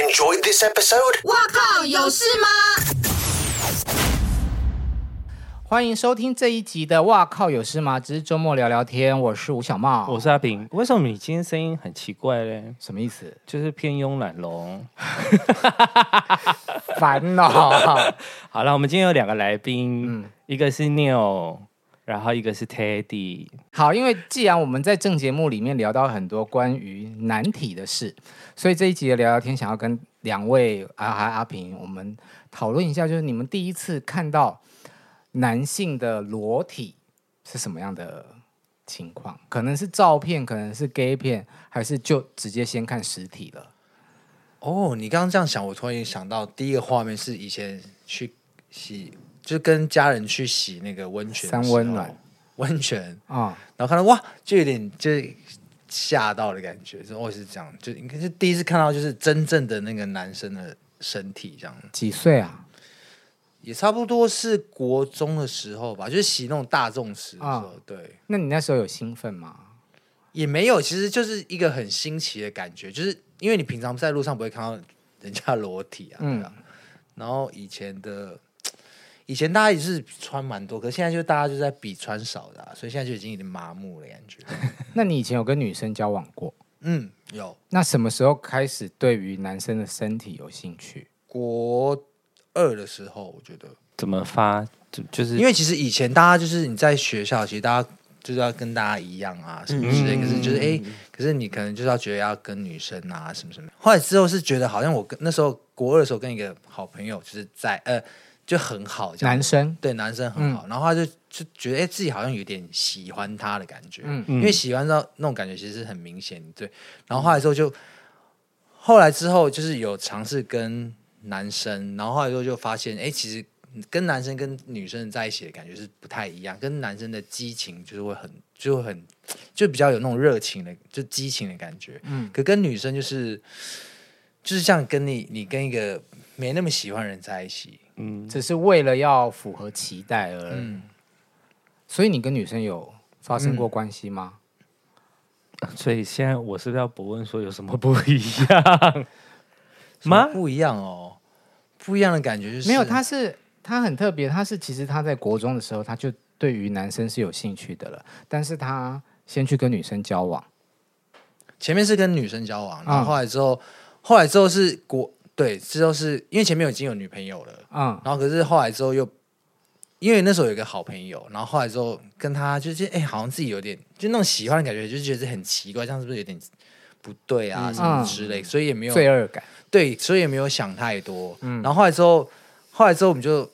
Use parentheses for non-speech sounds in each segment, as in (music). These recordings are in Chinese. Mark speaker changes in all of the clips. Speaker 1: enjoyed this episode?
Speaker 2: 哇靠，有事吗？
Speaker 3: 欢迎收听这一集的《哇靠有事吗》，只是周末聊聊天。我哦是吴小茂，
Speaker 4: 我是阿炳，为什么你今天声音很奇怪嘞？
Speaker 3: 什么意思？
Speaker 4: 就是偏慵懒龙。
Speaker 3: 烦恼。
Speaker 4: (laughs)
Speaker 3: (laughs)
Speaker 4: 好了，我们今天有两个来宾，一个是 Neil，然后一个是 Teddy。
Speaker 3: 好，因为既然我们在正节目里面聊到很多关于难题的事，所以这一集的聊聊天想要跟两位阿阿阿平我们讨论一下，就是你们第一次看到男性的裸体是什么样的情况？可能是照片，可能是 gay 片，还是就直接先看实体了？
Speaker 5: 哦，你刚刚这样想，我突然想到第一个画面是以前去洗，就是跟家人去洗那个温泉的时候，
Speaker 3: 三温暖
Speaker 5: 温泉，
Speaker 3: 啊、
Speaker 5: 然后看到哇，就有点就是吓到的感觉，就我哦是这样，就应该是第一次看到就是真正的那个男生的身体这样，
Speaker 3: 几岁啊？
Speaker 5: 也差不多是国中的时候吧，就是洗那种大众池的时候，
Speaker 3: 啊
Speaker 5: 对，
Speaker 3: 那你那时候有兴奋吗？ (laughs)
Speaker 5: 也没有，其实就是一个很新奇的感觉，就是因为你平常在路上不会看到人家裸体啊，
Speaker 3: 嗯
Speaker 5: 对啊。然后以前的，以前大家也是穿蛮多，可是现在就大家就在比穿少的、啊，所以现在就已经有点麻木了感觉。
Speaker 3: 那你以前有跟女生交往过？
Speaker 5: 嗯，有
Speaker 3: 那什么时候开始对于男生的身体有兴趣？
Speaker 5: 国二的时候，我觉得，
Speaker 4: 怎么发？就就是
Speaker 5: 因为其实以前大家就是你在学校，其实大家。就是要跟大家一样啊，什么之
Speaker 3: 嗯
Speaker 5: 类。可是就是哎、可是你可能就是要觉得要跟女生啊，什么什么。后来之后是觉得好像我跟那时候国二的时候跟一个好朋友就是在呃就很好这样
Speaker 3: 男生
Speaker 5: 对男生很好，然后他就就觉得哎、诶自己好像有点喜欢他的感觉，
Speaker 3: 嗯
Speaker 5: 因为喜欢到那种感觉其实很明显，对。然后后来之后就，后来之后就是有尝试跟男生，然后后来之后就发现，哎、其实跟男生跟女生在一起的感觉是不太一样，跟男生的激情就是会很就会很就比较有那种热情的就激情的感觉，嗯，可跟女生就是就是像跟你你跟一个没那么喜欢的人在一起，
Speaker 4: 嗯
Speaker 3: 只是为了要符合期待而，
Speaker 5: 嗯
Speaker 3: 所以你跟女生有发生过关系吗？
Speaker 4: 所以现在我是不是要不问说有什么不一样 (laughs) 吗？
Speaker 5: 不一样哦，不一样的感觉嗯就是
Speaker 3: 没有，他是他很特别，他是其实他在国中的时候他就对于男生是有兴趣的了，但是他先去跟女生交往，
Speaker 5: 前面是跟女生交往，然
Speaker 3: 嗯
Speaker 5: 后后来之后，后来之后是国对，之后是因为前面已经有女朋友了，
Speaker 3: 嗯，
Speaker 5: 然后可是后来之后又因为那时候有一个好朋友，然后后来之后跟他就是哎、好像自己有点就那种喜欢的感觉，就是觉得很奇怪，这样是不是有点不对啊、
Speaker 3: 嗯
Speaker 5: 什么之类，所以也没有
Speaker 3: 罪恶感，
Speaker 5: 对，所以也没有想太多。
Speaker 3: 嗯
Speaker 5: 然后后来之后，后来之后我们就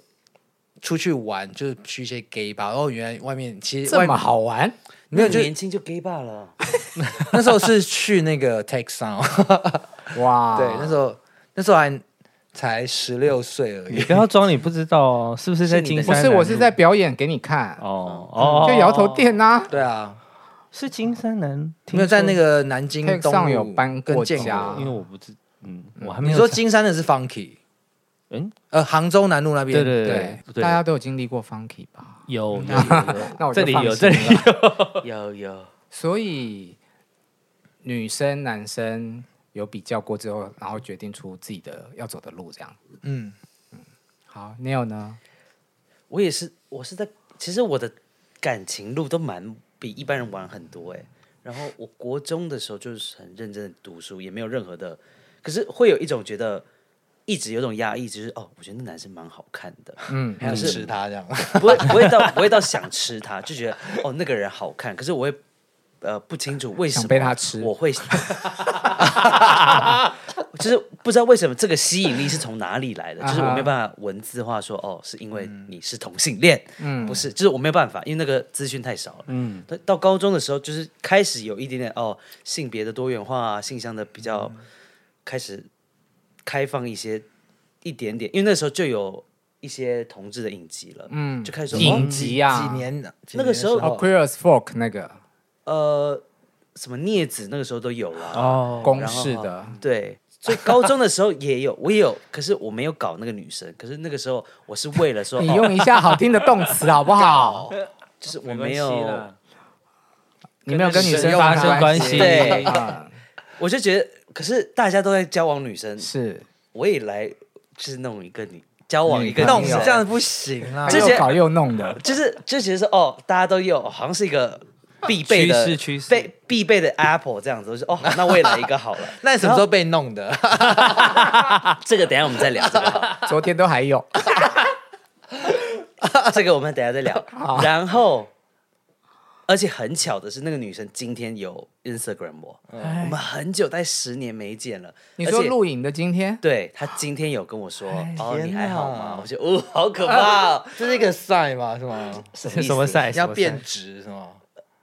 Speaker 5: 出去玩，就是去一些 gay 吧。然后原来外面其实
Speaker 3: 这
Speaker 5: 外
Speaker 3: 么
Speaker 5: 面
Speaker 3: 好玩，
Speaker 5: 没有，
Speaker 6: 那
Speaker 5: 就
Speaker 6: 你年轻就 gay 罢了。
Speaker 5: (laughs) 那时候是去那个 Take Sound，
Speaker 3: 哇，
Speaker 5: 对，那时候那时候还才十六岁而
Speaker 4: 你 (laughs)
Speaker 5: 已。
Speaker 4: 不要装你不知道哦，是不是在
Speaker 6: 是你
Speaker 4: 金
Speaker 6: 的
Speaker 4: 山
Speaker 3: 不
Speaker 4: 南
Speaker 3: 是
Speaker 4: 路？
Speaker 3: 我是在表演给你看，
Speaker 4: 哦哦，
Speaker 3: 就摇头店呐、啊。
Speaker 5: 对啊，
Speaker 4: 是金山南，听
Speaker 5: 没有在那
Speaker 4: 说，
Speaker 5: 个南京
Speaker 3: Take
Speaker 5: 东
Speaker 3: Sound
Speaker 5: 路
Speaker 3: 有搬过
Speaker 5: 跟建
Speaker 3: 家
Speaker 5: 国。
Speaker 4: 因为我不知，嗯，我还没
Speaker 5: 你
Speaker 4: 有
Speaker 5: 说
Speaker 4: 查
Speaker 5: 金山的是 Funky，
Speaker 4: 嗯，
Speaker 5: 呃，杭州南路那
Speaker 4: 对
Speaker 5: 边，
Speaker 4: 对
Speaker 5: 对
Speaker 4: 对对，
Speaker 3: 大家都有经历过 funky 吧？
Speaker 4: 有有
Speaker 3: (laughs) 那我就
Speaker 4: 这里
Speaker 3: 放
Speaker 4: 有
Speaker 3: 心
Speaker 4: 这里
Speaker 3: 了
Speaker 6: 有有，
Speaker 3: (laughs) 所以女生男生有比较过之后，然后决定出自己的要走的路，这样。
Speaker 5: 嗯，
Speaker 3: 好，Neil 呢？
Speaker 6: 我也是，我是在，其实我的感情路都蛮比一般人晚很多哎、然后我国中的时候就是很认真的读书，也没有任何的，可是会有一种觉得一直有种压抑，就是哦，我觉得那男生蛮好看的，
Speaker 3: 嗯，
Speaker 5: 还有吃他这样，
Speaker 6: (laughs) 不会不会到不会到想吃他，就觉得哦那个人好看，可是我会呃不清楚为什么
Speaker 3: 想被他吃
Speaker 6: 我会， (laughs) 就是不知道为什么这个吸引力是从哪里
Speaker 3: 啊
Speaker 6: 来的，就是我没有办法文字化说哦是因为你是同性恋，嗯，不是，就是我没有办法，因为那个资讯太少了，嗯，到高中的时候就是开始有一点点哦性别的多元化啊，性向的比较
Speaker 3: 嗯
Speaker 6: 开始开放一些一点点，因为那时候就有。一些同志的影集了，嗯，就开始说哦
Speaker 3: 影集啊，
Speaker 5: 几年的
Speaker 6: 那个时候
Speaker 3: 哦，Queer as Folk 那个
Speaker 6: 呃，什么镊子那个时候都有啦。
Speaker 4: 哦，
Speaker 3: 公式的，
Speaker 6: 对，所以高中的时候也有，我也有，可是我没有搞那个女生。可是那个时候我是为了说，
Speaker 3: (laughs) 你
Speaker 6: 哦
Speaker 3: 用一下好听的动词好不好？
Speaker 6: 就是我没有，
Speaker 3: 你没有跟女生
Speaker 4: 发
Speaker 3: 发
Speaker 4: 生
Speaker 3: 生
Speaker 4: 关
Speaker 3: 关
Speaker 4: 系
Speaker 3: 系，
Speaker 6: 对
Speaker 3: 啊
Speaker 6: 我就觉得可是大家都在交往女生，
Speaker 3: 是
Speaker 6: 我也来就是弄一个你交往一个
Speaker 3: 女
Speaker 5: 那我
Speaker 3: 朋
Speaker 5: 们
Speaker 6: 女
Speaker 3: 友
Speaker 6: 生
Speaker 5: 这样不行啊啦。
Speaker 6: 之
Speaker 3: 又
Speaker 6: 前
Speaker 3: 搞又弄的，
Speaker 6: 就是就其实是哦，大家都有，好像是一个必备的
Speaker 4: 趋势趋势
Speaker 6: 必必备的 Apple 这样子，我就说哦，好那我也来一个好了。
Speaker 5: (laughs) 那你什么时候被弄的？ (laughs)
Speaker 6: 这个等一下我们再聊，这个好
Speaker 3: 昨天都还有，
Speaker 6: (laughs) 这个我们等一下再聊。然后，而且很巧的是，那个女生今天有 Instagram 我，我们很久，大概十年没见了。
Speaker 3: 哎你
Speaker 6: 嗯而
Speaker 3: 说
Speaker 6: 且
Speaker 3: 录影的今天，
Speaker 6: 对她今天有跟我说，哦，
Speaker 5: 天
Speaker 6: 你还好
Speaker 5: 哪
Speaker 6: 吗？我就哦，好可怕、
Speaker 5: (laughs)
Speaker 6: 哦，
Speaker 5: 这是一个赛嘛，是吗？
Speaker 6: 什
Speaker 4: 什么
Speaker 6: 意思？
Speaker 4: 赛？
Speaker 5: 要
Speaker 4: 什么赛
Speaker 5: 变质是吗？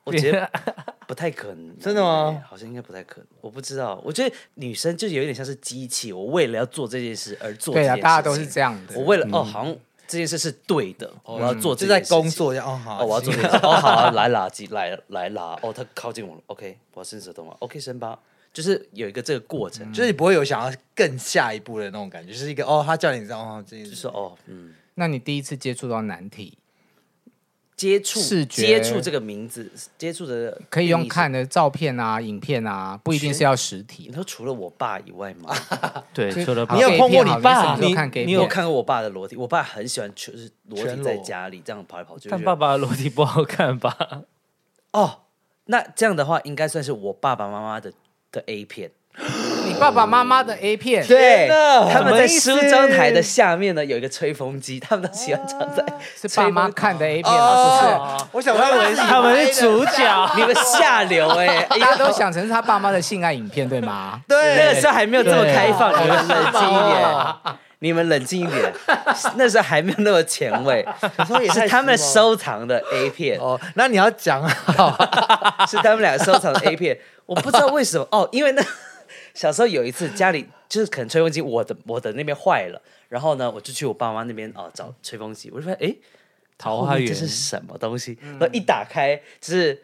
Speaker 6: 我觉得不太可能，
Speaker 5: 真的吗？
Speaker 6: 好像应该不太可能，我不知道。我觉得女生就有点像是机器，我为了要做这件事而做。
Speaker 3: 对啊，大家都是这。样
Speaker 6: 我
Speaker 3: 的。嗯
Speaker 6: 为了、哦，好像这件事是对的，哦我要做这
Speaker 5: 就
Speaker 6: 件
Speaker 5: 在
Speaker 6: 事情
Speaker 5: 工。作一样哦，好，
Speaker 6: 哦，我要做这件事。哦，好、啊，来啦，几来来啦。哦，他靠近我了。OK，我要伸舌头吗？OK，伸吧。就是有一个这个过
Speaker 3: 嗯
Speaker 6: 程，就
Speaker 5: 就是你不会有想要更下一步的那种感觉，就是一个哦，他叫你这样，哦，这件事
Speaker 6: 是说哦，嗯，
Speaker 3: 那你第一次接触到难题，
Speaker 6: 接触
Speaker 3: 视觉
Speaker 6: 接触这个名字，接触的
Speaker 3: 可以用
Speaker 6: 定义是。
Speaker 3: 看的照片啊、影片啊，不一定
Speaker 6: 全
Speaker 3: 是要实体
Speaker 6: 你
Speaker 3: 的。
Speaker 6: 说除了我爸以外吗？
Speaker 4: 对，除了
Speaker 3: 好
Speaker 5: 你有
Speaker 3: ，gay
Speaker 5: 碰过
Speaker 3: 片
Speaker 5: 你
Speaker 3: 好
Speaker 5: 爸
Speaker 3: 什么时候
Speaker 4: 你
Speaker 3: 看 gay
Speaker 4: 你
Speaker 6: 你
Speaker 4: 有
Speaker 6: 有
Speaker 3: 片
Speaker 6: 看过我爸的裸体？我爸很喜欢就是裸
Speaker 5: 全
Speaker 6: 体
Speaker 5: 裸
Speaker 6: 在家里这样跑来跑去。
Speaker 4: 但
Speaker 6: 我觉得
Speaker 4: 爸爸的裸体不好看吧？
Speaker 6: 哦，那这样的话应该算是我爸爸妈妈的的 A 片。
Speaker 3: 你爸爸妈妈的 A 片，
Speaker 6: 对
Speaker 5: 哪，
Speaker 6: 他们在
Speaker 5: 什
Speaker 6: 梳
Speaker 5: 么意思
Speaker 6: 妆台的下面呢有一个吹风机，他们都喜欢常在
Speaker 3: 是爸妈看的 A 片啊，
Speaker 5: 哦，我想他
Speaker 4: 他
Speaker 5: 们
Speaker 4: 们他们是主角，
Speaker 6: 你们下流哎、
Speaker 3: 不
Speaker 6: 欸，
Speaker 3: 是？大家都想成是他爸妈的性爱影片，对吗？
Speaker 6: 那个
Speaker 5: (laughs) 对，
Speaker 6: 时候还没有这么开放，你们冷静一点
Speaker 5: 哦。
Speaker 6: 你们冷静一
Speaker 5: (laughs)
Speaker 6: 点，那时候还没有那么前卫，
Speaker 5: 候也太
Speaker 6: 是他们
Speaker 5: 时髦了
Speaker 6: 收藏的 A 片，
Speaker 5: 哦，那你要讲啊，
Speaker 6: (laughs) 是他们俩收
Speaker 4: (laughs)
Speaker 6: 藏的 A 片，我不知道为什么哦，因为那 (laughs) 小时候有一次家里就是可能吹风机，我的我的那边坏了，然后呢我就去我爸妈那边哦找吹风机，我就发现哎
Speaker 4: 桃
Speaker 6: 后
Speaker 4: 花
Speaker 6: 面
Speaker 4: 源嗯
Speaker 6: 这是什么东西？然后一打开就是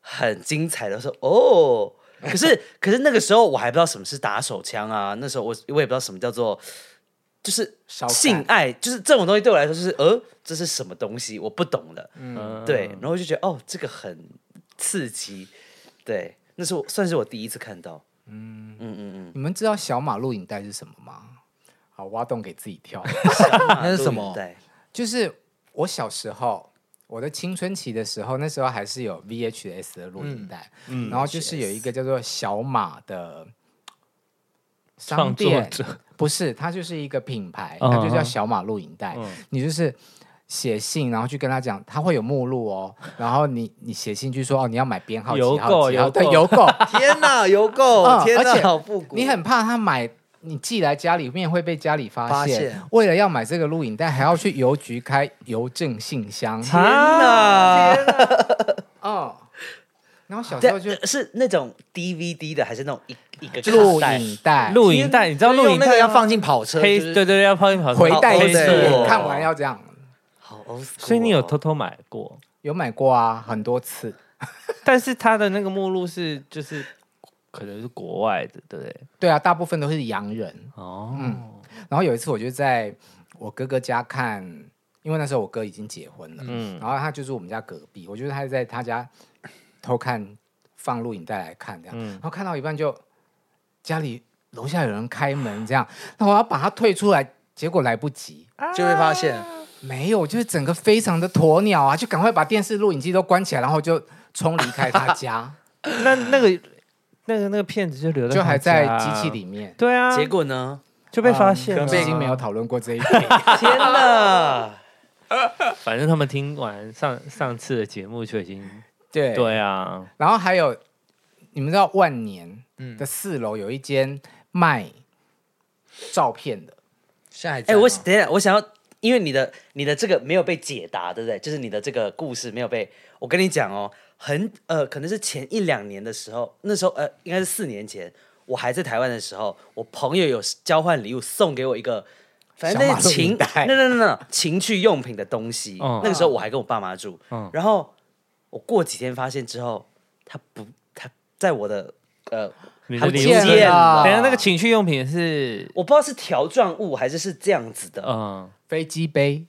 Speaker 6: 很精彩的说哦，可是 (laughs) 可是那个时候我还不知道什么是打手枪啊，那时候我我也不知道什么叫做。就是
Speaker 3: 烧干
Speaker 6: 性爱，就是这种东西对我来说，就是呃，这是什么东西，我不懂的。
Speaker 4: (laughs) 嗯
Speaker 6: 对，然后我就觉得哦，这个很刺激，对，那是我算是我第一次看到，嗯嗯嗯
Speaker 3: 你们知道小马录影带是什么吗？好，挖洞给自己跳。 (laughs)
Speaker 6: 嗯，
Speaker 5: 那是什
Speaker 6: 录
Speaker 5: 么
Speaker 6: 影带
Speaker 3: 就是我小时候，我的青春期的时候，那时候还是有 VHS 的录影带，然后就是有一个叫做小马的商
Speaker 4: 创作
Speaker 3: 店，
Speaker 4: 者
Speaker 3: 不是，它就是一个品牌，
Speaker 4: 嗯
Speaker 3: 它就叫小马录影带。你就是写信，然后去跟他讲，他会有目录哦，然后你你写信去说哦，你要买编号
Speaker 4: 邮
Speaker 3: 几号
Speaker 4: 购
Speaker 3: 几号，
Speaker 4: 邮
Speaker 3: 对，
Speaker 4: 购
Speaker 3: 邮
Speaker 4: (laughs)
Speaker 3: 购，
Speaker 5: (laughs) 天哪，有
Speaker 3: 嗯
Speaker 5: 够，天
Speaker 3: 而且
Speaker 5: 哪，好复古，
Speaker 3: 你很怕他买。你寄来家里面会被家里发现，
Speaker 5: 发现
Speaker 3: 为了要买这个录影带，还要去邮局开邮政信箱，
Speaker 6: 啊，
Speaker 3: 哦，然后小时候就
Speaker 6: 对，是那种 DVD 的还是那种一一个
Speaker 3: 录
Speaker 6: 卡带
Speaker 3: 影带、
Speaker 4: 录影带，你知道
Speaker 5: 就是
Speaker 4: 录
Speaker 5: 用
Speaker 4: 影
Speaker 5: 那个
Speaker 4: 带
Speaker 5: 要
Speaker 4: 吗
Speaker 5: 放进跑车，
Speaker 4: 黑，
Speaker 5: 就是
Speaker 4: 对对对，要放一跑
Speaker 3: 回带
Speaker 5: 好
Speaker 3: 式
Speaker 5: 对，
Speaker 3: 看完要这样。
Speaker 6: 好 old school 哦
Speaker 4: 所以你有偷偷买过，
Speaker 3: 有买过啊，很多次。
Speaker 4: 但是它的那个目录是就是可能是国外的，对不对？
Speaker 3: 对啊，大部分都是洋人。嗯
Speaker 4: 哦，
Speaker 3: 然后有一次，我就在我哥哥家看，因为那时候我哥已经结婚了，
Speaker 4: 嗯
Speaker 3: 然后他就住我们家隔壁，我就是他在他家偷看放录影带来看这
Speaker 4: 嗯
Speaker 3: 样，然后看到一半就家里楼下有人开门这样，那我要把他退出来，结果来不及，
Speaker 5: 就被发现，
Speaker 6: 啊
Speaker 3: 没有，就是整个非常的鸵鸟啊，就赶快把电视、录影机都关起来，然后就冲离开他
Speaker 4: (laughs)
Speaker 3: 家，
Speaker 4: 那那个那个那个片子就留在
Speaker 3: 就还在
Speaker 4: 他
Speaker 3: 机
Speaker 4: 家
Speaker 3: 器，里面。
Speaker 4: 对啊，
Speaker 6: 结果呢？
Speaker 4: 就被发现了，啊
Speaker 3: 我们已经没有讨论过这一点。
Speaker 6: 天哪！
Speaker 4: 反正他们听完上上次的节目就已经
Speaker 3: 对，
Speaker 4: 对啊，
Speaker 3: 然后还有，你们知道万年
Speaker 6: 嗯
Speaker 3: 的四楼有一间卖照片的，
Speaker 5: 现在还在
Speaker 6: 哎，我
Speaker 5: 吗
Speaker 6: 等一下，我想要，因为你的你的这个没有被解答，对不对？就是你的这个故事没有被，我跟你讲哦，很呃，可能是前一两年的时候，那时候呃，应该是四年前，我还在台湾的时候，我朋友有交换礼物送给我一个。反正那是情，那那那那情趣用品的东西。
Speaker 4: 嗯
Speaker 6: 那个时候我还跟我爸妈住，
Speaker 4: 嗯
Speaker 6: 然后我过几天发现之后，他不，他在我的呃，
Speaker 4: 你
Speaker 6: 他
Speaker 4: 的
Speaker 6: 不
Speaker 4: 礼
Speaker 3: 见
Speaker 4: 物
Speaker 3: 了
Speaker 6: 见了。
Speaker 4: 等一下那个情趣用品是
Speaker 6: 我不知道是条状物还是是这样子的，
Speaker 4: 嗯，
Speaker 3: 飞机杯，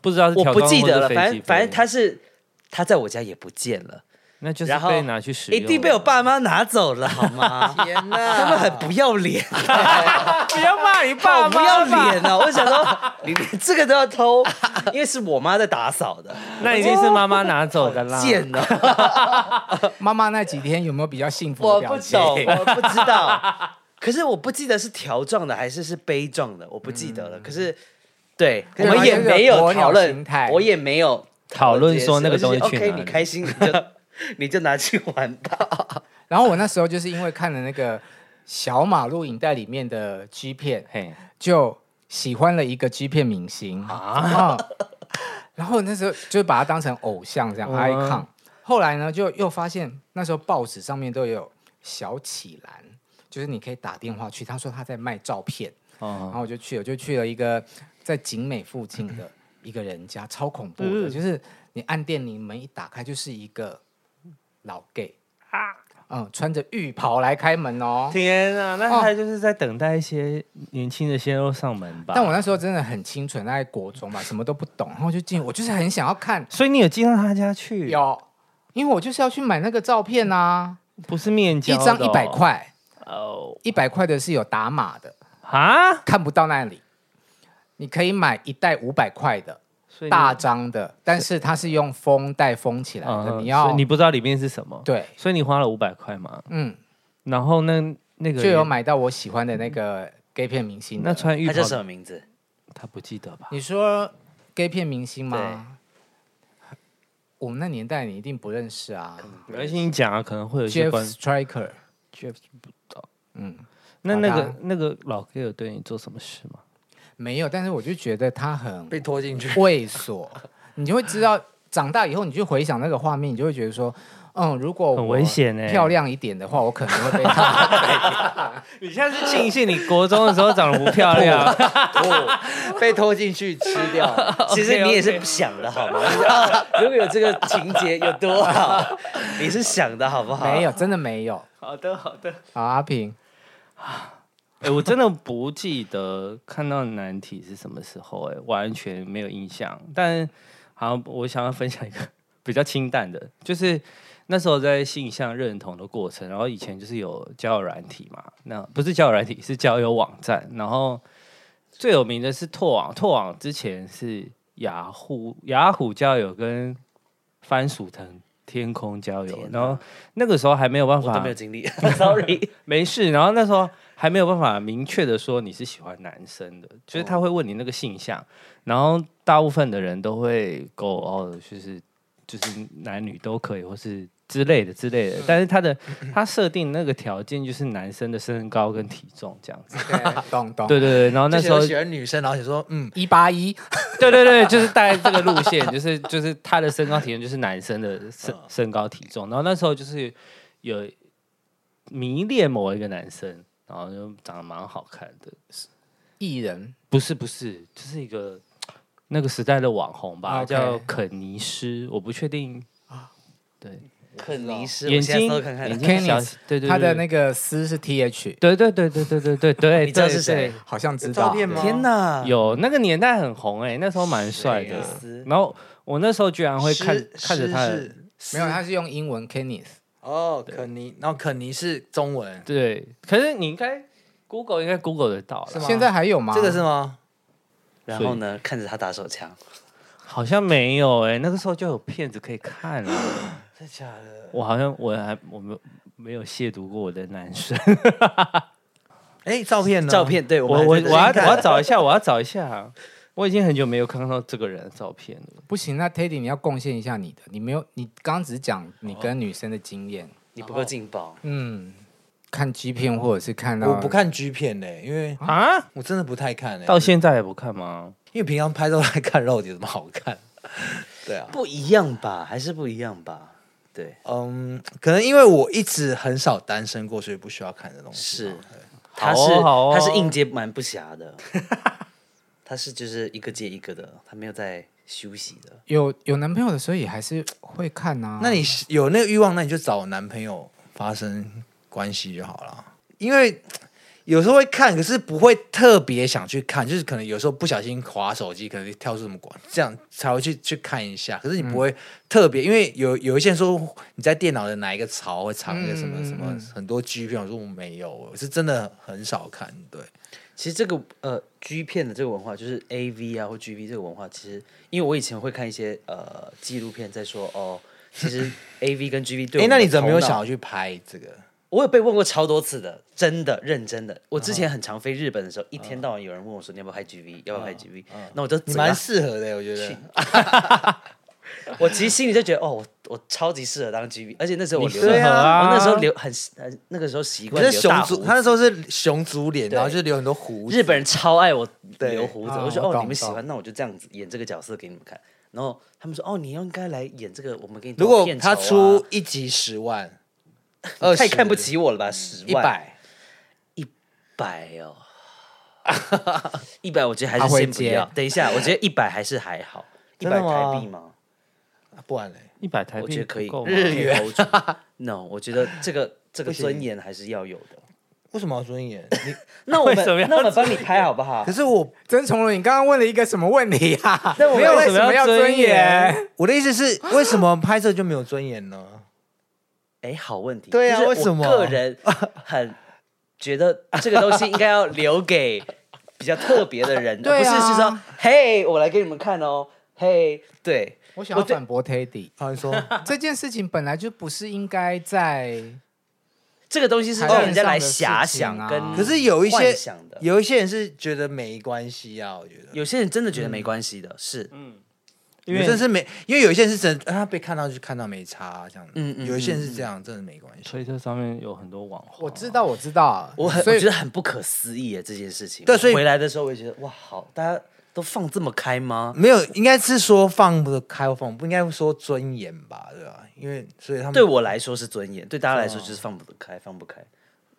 Speaker 4: 不知道是
Speaker 6: 我
Speaker 4: 条
Speaker 6: 不
Speaker 4: 状
Speaker 6: 记
Speaker 4: 或
Speaker 6: 得
Speaker 4: 是
Speaker 6: 了，
Speaker 4: 飞
Speaker 6: 反
Speaker 4: 机
Speaker 6: 正反正
Speaker 4: 杯
Speaker 6: 他是他在我家也不见了，
Speaker 4: 那就是
Speaker 6: 然后
Speaker 4: 被拿去使
Speaker 6: 一
Speaker 4: 用，
Speaker 6: 定被我爸妈拿走
Speaker 4: (laughs)
Speaker 6: 了，好吗？
Speaker 5: 天哪，
Speaker 6: 他们很不要脸，
Speaker 4: 不要骂你
Speaker 6: 好 (laughs)
Speaker 4: 爸妈
Speaker 6: 不要脸哦！我想说，你连这个都要偷，因为是我妈在打扫的，
Speaker 4: 那一定是妈妈拿走 (laughs) 的啦。
Speaker 6: (laughs) 贱哦！
Speaker 3: 妈妈那几天有没有比较幸福
Speaker 6: 我
Speaker 3: 的
Speaker 6: 不
Speaker 3: 表
Speaker 6: 懂，
Speaker 3: 情？
Speaker 6: 我不知道。
Speaker 4: (laughs)
Speaker 6: 可是我不记得是条状的还是是杯状的，我不记得了。
Speaker 4: 嗯
Speaker 6: 可是，对，我
Speaker 3: 对
Speaker 6: 们
Speaker 4: 啊
Speaker 6: 也没
Speaker 3: 就是
Speaker 6: 有
Speaker 3: 鸵鸟
Speaker 6: 讨
Speaker 3: 心
Speaker 6: 论
Speaker 3: 态，
Speaker 6: 我也没有
Speaker 4: 讨论说那个
Speaker 6: 这件事
Speaker 4: 东西去
Speaker 6: 我就觉得
Speaker 4: 哪
Speaker 6: OK，
Speaker 4: 里
Speaker 6: 你开心你就 (laughs) 你就拿去玩吧。
Speaker 3: 然后我那时候就是因为看了那个小马路影带里面的 G 片，
Speaker 4: 嘿，
Speaker 3: 就喜欢了一个 G 片明星啊、然后那时候就把他当成偶像这样、
Speaker 4: 嗯
Speaker 3: icon。后来呢，就又发现那时候报纸上面都有小启兰，就是你可以打电话去，他说他在卖照片，然
Speaker 4: 哦，
Speaker 3: 后我就去了，就去了一个在景美附近的
Speaker 4: (clears throat)
Speaker 3: 一个人家，超恐怖
Speaker 4: 嗯
Speaker 3: 的，就是你按电铃门一打开，就是一个老 gay 啊，嗯，穿着浴袍来开门哦。
Speaker 4: 天啊，那他就是在等待一些年轻的鲜肉上门吧？
Speaker 3: 但我那时候真的很清纯，大概国中吧，什么都不懂，然后就进，我就是很想要看，
Speaker 4: 所以你有进到他家去？，
Speaker 3: 有，因为我就是要去买那个照片啊，
Speaker 4: 不是面
Speaker 3: 一
Speaker 4: 交的哦
Speaker 3: 张一百块，
Speaker 4: 哦
Speaker 3: 一百块的是有打码的，
Speaker 4: 啊，
Speaker 3: 看不到那里，你可以买一袋五百块的
Speaker 4: 所以你
Speaker 3: 大张的，但是它是用封袋封起来的，
Speaker 4: 嗯
Speaker 3: 你
Speaker 4: 所
Speaker 3: 要
Speaker 4: 以你不知道里面是什么，，
Speaker 3: 对，
Speaker 4: 所以你花了五百块嘛，
Speaker 3: 嗯，
Speaker 4: 然后那那个
Speaker 3: 就有
Speaker 4: 人
Speaker 3: 买到我喜欢的那个 gay 片明星的
Speaker 4: 那穿浴
Speaker 6: 他
Speaker 4: 袍
Speaker 6: 叫什么名字？
Speaker 4: 他不记得吧？
Speaker 3: 你说 gay 片明星吗？我们那年代你一定不认识啊
Speaker 4: 没关系，你讲啊，可能会有一些
Speaker 3: ，Jeff
Speaker 4: 关
Speaker 3: Striker。
Speaker 4: Jeff 不知道。
Speaker 3: 嗯，
Speaker 4: 那
Speaker 3: 好
Speaker 4: 那
Speaker 3: 吧
Speaker 4: 个那个老 gay 有对你做什么事吗？ (laughs)
Speaker 3: 没有，但是我就觉得他很
Speaker 5: 被拖进去。
Speaker 3: 猥琐， (laughs) 你就会知道，长大以后你去回想那个画面，你就会觉得说，嗯，如果
Speaker 4: 很
Speaker 3: 我
Speaker 4: 危险欸
Speaker 3: 漂亮一点的话，我可能会被
Speaker 4: (laughs)
Speaker 3: 他。
Speaker 4: 你现在是庆幸你国中的时候长得不漂亮，
Speaker 5: (laughs) 被拖进去吃 (laughs) 掉，
Speaker 6: (laughs) 其实你也是想的好吗？ (laughs) 如果有这个情节有多好， (laughs) 你是想的好不好？
Speaker 3: 没有，真的没有。
Speaker 4: (laughs) 好的，好的。
Speaker 3: 好，阿平，
Speaker 4: 哎、我真的不记得看到难题是什么时候、哎，完全没有印象。但好像我想要分享一个比较清淡的，就是那时候在性向认同的过程，然后以前就是有交友软体嘛，那不是交友软体，是交友网站，然后最有名的是拓网，拓网之前是雅虎雅虎交友跟番薯藤天空交友
Speaker 6: 天，哪
Speaker 4: 然后那个时候还没有办
Speaker 6: 我都
Speaker 4: 法
Speaker 6: 没有经历 (laughs) ，sorry。
Speaker 4: 没事。然后那时候还没有办法明确的说你是喜欢男生的，就是他会问你那个性向，然后大部分的人都会勾哦，就是就是男女都可以，或是之类的之类的。但是他的他设定那个条件就是男生的身高跟体重这样子。
Speaker 3: 对 (laughs) 懂懂，
Speaker 4: 对对对，然后那时候
Speaker 5: 就喜欢女生，然后想说，嗯，
Speaker 3: 一八一，
Speaker 4: (laughs) 对对对，就是大概这个路线， (laughs) 就是就是他的身高体重就是男生的身
Speaker 6: 嗯
Speaker 4: 身高体重，然后那时候就是有迷恋某一个男生，然后就长得蛮好看的，
Speaker 3: 艺人
Speaker 4: 不是不是，就是一个那个时代的网红吧
Speaker 6: 啊
Speaker 3: OK
Speaker 4: 叫肯尼斯，我不确定。对，
Speaker 6: 肯尼斯，
Speaker 4: 眼
Speaker 6: 我现在
Speaker 4: 睛
Speaker 6: 搜看看
Speaker 4: 眼，睛小
Speaker 3: Kenneth，，
Speaker 4: 对对，
Speaker 3: 他的
Speaker 4: 对
Speaker 3: 那个丝是 T H，
Speaker 4: 对对对对对对对对，
Speaker 6: 你知道是
Speaker 4: 对
Speaker 6: 谁？
Speaker 4: 对
Speaker 3: 好像知
Speaker 5: 照
Speaker 3: 道。
Speaker 5: 片吗？
Speaker 6: 天哪！
Speaker 4: 有那个年代很红哎，那时候蛮帅
Speaker 6: 谁
Speaker 4: 的
Speaker 6: 啊斯。
Speaker 4: 然后我那时候居然会看
Speaker 5: 诗
Speaker 4: 看着他的
Speaker 5: 诗是
Speaker 3: 没有，他是用英文 Kenneth，
Speaker 5: 哦，肯尼，然后肯尼是中文，
Speaker 4: 对，可是你应该 Google 应该 Google 得到
Speaker 5: 是
Speaker 4: 了，
Speaker 5: 吗
Speaker 3: 现在还有吗？
Speaker 5: 这个是吗？
Speaker 6: 然后呢，看着他打手枪，
Speaker 4: 好像没有哎、那个时候就有片子可以看 (laughs) 了。
Speaker 6: 真的假的？
Speaker 4: 我好像我还我没有没有亵渎过我的男生，
Speaker 5: 哎，照片呢？
Speaker 6: 照片，对
Speaker 4: 我
Speaker 6: 们
Speaker 4: 我我
Speaker 6: 还在
Speaker 4: 要
Speaker 6: 看
Speaker 4: 我要找一下，我要找一下，我已经很久没有看到这个人的照片了。
Speaker 3: 不行，那 Teddy 你要贡献一下你的，你没有，你刚刚只是讲你跟女生的经验，
Speaker 6: 你不够劲爆，
Speaker 3: 嗯，看 G 片或者是看到
Speaker 5: 我不看 G 片嘞，因为
Speaker 4: 啊，
Speaker 5: 我真的不太看嘞，
Speaker 4: 到现在也不看吗？
Speaker 5: 因为平常拍照来看肉体有什么好看？对啊，
Speaker 6: 不一样吧？还是不一样吧？对，
Speaker 5: 嗯，可能因为我一直很少单身过，所以不需要看这东西。
Speaker 6: 是，
Speaker 4: 好
Speaker 6: 他
Speaker 4: 哦
Speaker 6: 是
Speaker 4: 好哦
Speaker 6: 他是应接蛮不暇的，他是就是一个接一个的，他没有在休息的。
Speaker 3: 有有男朋友的时候也还是会看啊呐、
Speaker 5: 那你是有那个欲望，那你就找男朋友发生关系就好了。因为有时候会看，可是不会特别想去看，就是可能有时候不小心划手机，可能跳出什么广，这样才会去去看一下。可是你
Speaker 3: 嗯
Speaker 5: 不会特别，因为有有一些人说你在电脑的哪一个槽会藏一个什么
Speaker 3: 嗯嗯嗯
Speaker 5: 什么很多 G 片，我说我没有，我是真的很少看。对，
Speaker 6: 其实这个呃 G 片的这个文化，就是 A V 啊或 G V 这个文化，其实因为我以前会看一些呃纪录片，在说哦，其实 A V 跟 G V 对我
Speaker 5: 哎、
Speaker 6: 们的
Speaker 5: 那你怎么没有
Speaker 6: 头脑
Speaker 5: 想要去拍这个？
Speaker 6: 我有被问过超多次的，真的认真的。我
Speaker 5: 嗯
Speaker 6: 之前很常飞日本的时候，一天到晚有人问我说你要不要拍 GV，要不要拍 GV，那我就
Speaker 5: 嗯你
Speaker 6: 嘴巴
Speaker 5: 蛮适合的，我觉得。啊
Speaker 6: 我其实心里就觉得哦，我我超级适合当 GV，而且那时候我
Speaker 4: 你
Speaker 6: 留
Speaker 4: 适合啊
Speaker 6: 我那时候留很很那个时候习
Speaker 5: 可
Speaker 6: 惯
Speaker 5: 是
Speaker 6: 留
Speaker 5: 熊
Speaker 6: 大胡
Speaker 5: 族，
Speaker 6: 子
Speaker 5: 他那时候是熊族脸，
Speaker 6: 对
Speaker 5: 然后就留很多胡子。
Speaker 6: 日本人超爱我留
Speaker 5: 对
Speaker 6: 胡子，
Speaker 3: 啊
Speaker 6: 我说
Speaker 3: 我
Speaker 6: 哦
Speaker 3: 懂
Speaker 6: 你们喜
Speaker 3: 懂
Speaker 6: 欢，那我就这样子演这个角色给你们看。然后他们说哦，你应该来演这个，我们给你多
Speaker 5: 如果
Speaker 6: 片酬啊
Speaker 5: 他出一集十 (laughs) 万，二
Speaker 6: 太
Speaker 5: 十
Speaker 6: 看不起我了吧，十
Speaker 5: 一
Speaker 6: 万
Speaker 5: 百，
Speaker 6: 百哦，一百我觉得还
Speaker 3: 他
Speaker 6: 是
Speaker 3: 会
Speaker 6: 先不
Speaker 3: 接
Speaker 6: 要。等一下，我觉得一百还是还好，一
Speaker 5: 真
Speaker 6: 百
Speaker 5: 的
Speaker 6: 台币吗？
Speaker 5: 啊不然嘞，
Speaker 4: 一百台币
Speaker 6: 我觉得可以
Speaker 4: 不够，吗
Speaker 5: 日元
Speaker 6: 可以 hold 住。No，我觉得这个这个尊严还是要有的。
Speaker 5: 为什么要尊 (laughs) 严？你
Speaker 6: 那我
Speaker 4: 为什么
Speaker 6: 们
Speaker 4: 要
Speaker 6: 那我们帮你拍好不好
Speaker 5: 可？是我
Speaker 3: 曾崇伦，你刚刚问了一个什么问题
Speaker 6: (laughs)
Speaker 3: 啊？
Speaker 6: 但我
Speaker 3: 没有
Speaker 4: 为
Speaker 3: 为
Speaker 4: 什
Speaker 3: 什
Speaker 4: 么
Speaker 3: 么
Speaker 4: 要
Speaker 3: 要
Speaker 4: 尊
Speaker 3: 尊严
Speaker 4: 严？
Speaker 5: 我的意思是，为什么拍摄就没有尊严呢？
Speaker 6: 哎，好问题。
Speaker 5: 对啊
Speaker 6: 就是我
Speaker 5: 为什么
Speaker 6: 个人
Speaker 5: (laughs)
Speaker 6: 很觉得这个东西应该要留给比较特别的人，
Speaker 3: 对啊
Speaker 6: 而不是是说嘿，我来给你们看哦，嘿，对，
Speaker 3: 我想要
Speaker 6: 对
Speaker 3: 反驳 Teddy，
Speaker 5: 他们 (laughs) 说，
Speaker 3: (laughs) 这件事情本来就不是应该在
Speaker 6: 这个东西是
Speaker 3: 台
Speaker 6: 让
Speaker 3: 面
Speaker 6: 人家
Speaker 3: 上
Speaker 6: 来
Speaker 3: 的事
Speaker 6: 遐
Speaker 3: 情
Speaker 6: 想
Speaker 3: 啊
Speaker 6: 跟
Speaker 5: 可是有一
Speaker 6: 幻
Speaker 5: 些
Speaker 6: 想的，
Speaker 5: 有一些人是觉得没关系啊，我觉得。
Speaker 6: 有些人真的觉得没关系
Speaker 5: 嗯
Speaker 6: 的，是
Speaker 4: 因
Speaker 5: 因
Speaker 4: 为
Speaker 5: 为真是没，因为有一些人是真的，啊他被看到就看到没差啊这样子。
Speaker 6: 嗯嗯
Speaker 5: 有一些人是这样，真的没关系。
Speaker 4: 推特上面有很多网红，
Speaker 3: (laughs) 我知道，我知道，
Speaker 6: 我很
Speaker 3: 所
Speaker 6: 我
Speaker 3: 以
Speaker 6: 觉得很不可思议耶，这件事情。
Speaker 5: 对
Speaker 6: 我
Speaker 5: 所以
Speaker 6: 回来的时候我也觉得哇，好，大家都放这么开吗？
Speaker 5: 没有，应该是说放不开或放不，应该说尊严吧，对吧？因为所以他们
Speaker 6: 对我来说是尊严，对大家来说就是放不开，放不开。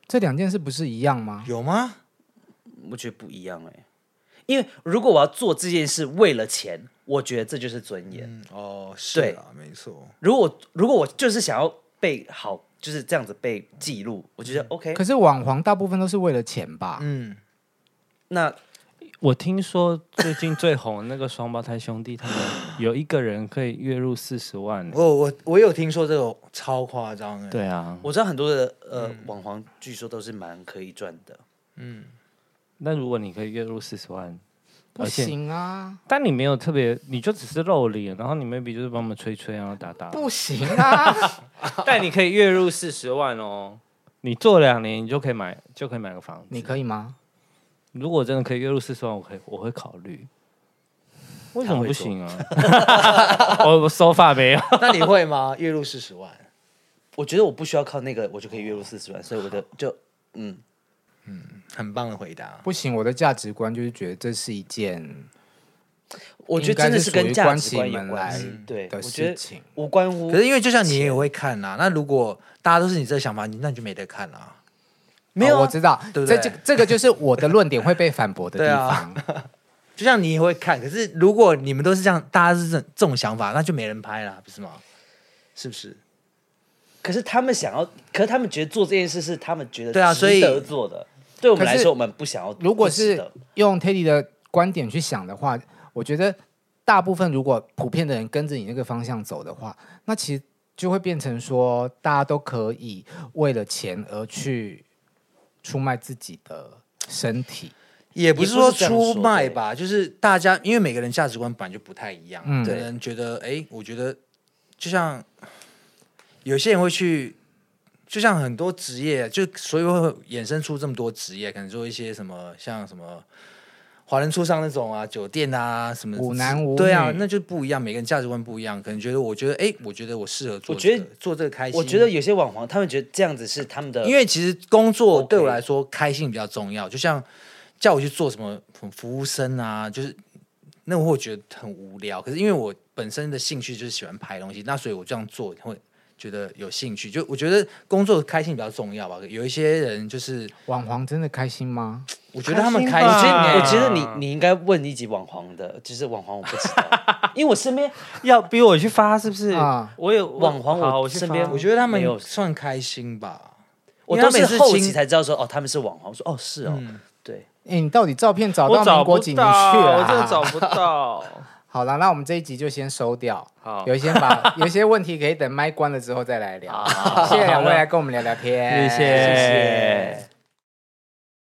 Speaker 3: 这两件事不是一样吗？
Speaker 5: 有吗？
Speaker 6: 我觉得不一样哎，因为如果我要做这件事为了钱，我觉得这就是尊严。
Speaker 5: 嗯，哦，是
Speaker 6: 对
Speaker 5: 啊，没错。
Speaker 6: 如果如果我就是想要被好，就是这样子被记录，我觉得 OK
Speaker 3: 嗯可。是网黄大部分都是为了钱吧？
Speaker 5: 嗯，
Speaker 6: 那
Speaker 4: 我听说最近最红的那个双胞胎兄弟，他们有一个人可以月入四十万呢。
Speaker 5: 嗯我我我有听说这个超夸张哎，
Speaker 4: 对啊，
Speaker 6: 我知道很多的呃
Speaker 3: 嗯
Speaker 6: 网黄，据说都是蛮可以赚的。
Speaker 4: 那如果你可以月入四十万，
Speaker 3: 不
Speaker 4: 而且
Speaker 3: 行啊，
Speaker 4: 但你没有特别，你就只是露脸，然后你 maybe 就是帮我们吹吹啊、打打。
Speaker 3: (laughs) 不行啊！ (laughs)
Speaker 4: 但你可以月入四十万哦，你做两年你就可以买，就可以买个房子。
Speaker 3: 你可以吗？
Speaker 4: 如果真的可以月入四十万，我可以我会考虑。为什么不行啊？ (laughs) 我我手法没有，
Speaker 5: (laughs) 那你会吗？月入四十万，
Speaker 6: 我觉得我不需要靠那个，我就可以月入四十万，所以我的就嗯，
Speaker 5: 很棒的回答。
Speaker 3: 不行，我的价值观就是觉得这是一件
Speaker 6: 我觉得真的是跟价值观
Speaker 3: 应该
Speaker 6: 有关
Speaker 3: 是属于关
Speaker 6: 系
Speaker 3: 起门来。
Speaker 6: 对，我
Speaker 3: 的
Speaker 6: 觉
Speaker 3: 事
Speaker 6: 得
Speaker 3: 情。
Speaker 6: 无关乎
Speaker 5: 可是因为就像你也会看呐、那如果大家都是你这个想法，你那你就没得看啦、
Speaker 6: 没有
Speaker 3: 哦
Speaker 6: 啊
Speaker 3: 我知道，
Speaker 5: 对不
Speaker 3: 这
Speaker 5: 对
Speaker 3: 这这个就是我的论点会被反驳的地
Speaker 5: 对啊
Speaker 3: 方。
Speaker 5: 就像你也会看，可是如果你们都是这样，大家是这这种想法，那就没人拍啦，不是吗？是不是？
Speaker 6: 可是他们想要，可是他们觉得做这件事是他们觉得
Speaker 5: 对啊所以
Speaker 6: 值得做的。对我们来
Speaker 3: 可
Speaker 6: 说，
Speaker 3: 是
Speaker 6: 我们不想要。
Speaker 3: 如果
Speaker 6: 不值
Speaker 3: 是
Speaker 6: 得
Speaker 3: (laughs) 用 Teddy 的观点去想的话，我觉得大部分如果普遍的人跟着你那个方向走的话，那其实就会变成说，大家都可以为了钱而去出卖自己的身体。
Speaker 5: 也不是说
Speaker 6: 也不是这样说
Speaker 5: 出卖吧，就是大家因为每个人价值观本来就不太一样，
Speaker 3: 嗯
Speaker 5: 可能觉得哎、诶我觉得就像有些人会去，就像很多职业，就所以会衍生出这么多职业，可能做一些什么像什么华人出商那种啊，酒店啊什么
Speaker 3: 舞男舞女
Speaker 5: 对啊，那就不一样，每个人价值观不一样，可能觉得我觉得哎、诶我觉得我适合做、
Speaker 6: 我
Speaker 5: 这
Speaker 6: 觉
Speaker 5: 个，
Speaker 6: 得
Speaker 5: 做这个开心，
Speaker 6: 我觉得有些网红，他们觉得这样子是他们的，
Speaker 5: 因为其实工作
Speaker 6: 呃 OK
Speaker 5: 对我来说开心比较重要，就像叫我去做什么什么服务生啊，就是那我会觉得很无聊。可是因为我本身的兴趣就是喜欢拍东西，那所以我这样做会觉得有兴趣。就我觉得工作开心比较重要吧。有一些人就是
Speaker 3: 网黄真的开心吗？
Speaker 5: 我觉得他们开
Speaker 6: 我
Speaker 5: 心、
Speaker 4: 吧
Speaker 6: 觉
Speaker 5: 欸，
Speaker 6: 得，我觉得你你嗯应该问一集网红的，就是网红我不知道，因为我身边
Speaker 4: 要逼我去发是不是？
Speaker 3: 啊
Speaker 4: 我有
Speaker 6: 网黄我
Speaker 4: 好我去
Speaker 6: 身
Speaker 4: 发
Speaker 6: 边
Speaker 5: 欸我觉得他
Speaker 6: 没有
Speaker 5: 们算开心吧。
Speaker 6: 我
Speaker 5: 因为
Speaker 6: 都
Speaker 5: 他
Speaker 6: 是
Speaker 5: 每次
Speaker 6: 后期
Speaker 5: 亲
Speaker 6: 才知道说哦，他们是网红，说哦是哦，
Speaker 5: 嗯
Speaker 6: 对，
Speaker 3: 哎、你到底照片找
Speaker 4: 我
Speaker 3: 到
Speaker 4: 找
Speaker 3: 民
Speaker 4: 不
Speaker 3: 国几年
Speaker 4: 到，
Speaker 3: 去了、啊
Speaker 4: 我真的找不到。
Speaker 3: 好了，那我们这一集就先收掉。
Speaker 4: (laughs) 好
Speaker 3: 有一些把有一些问题可以等麦关了之后再来聊。谢谢两位来跟我们聊聊天，
Speaker 4: 谢谢，谢谢。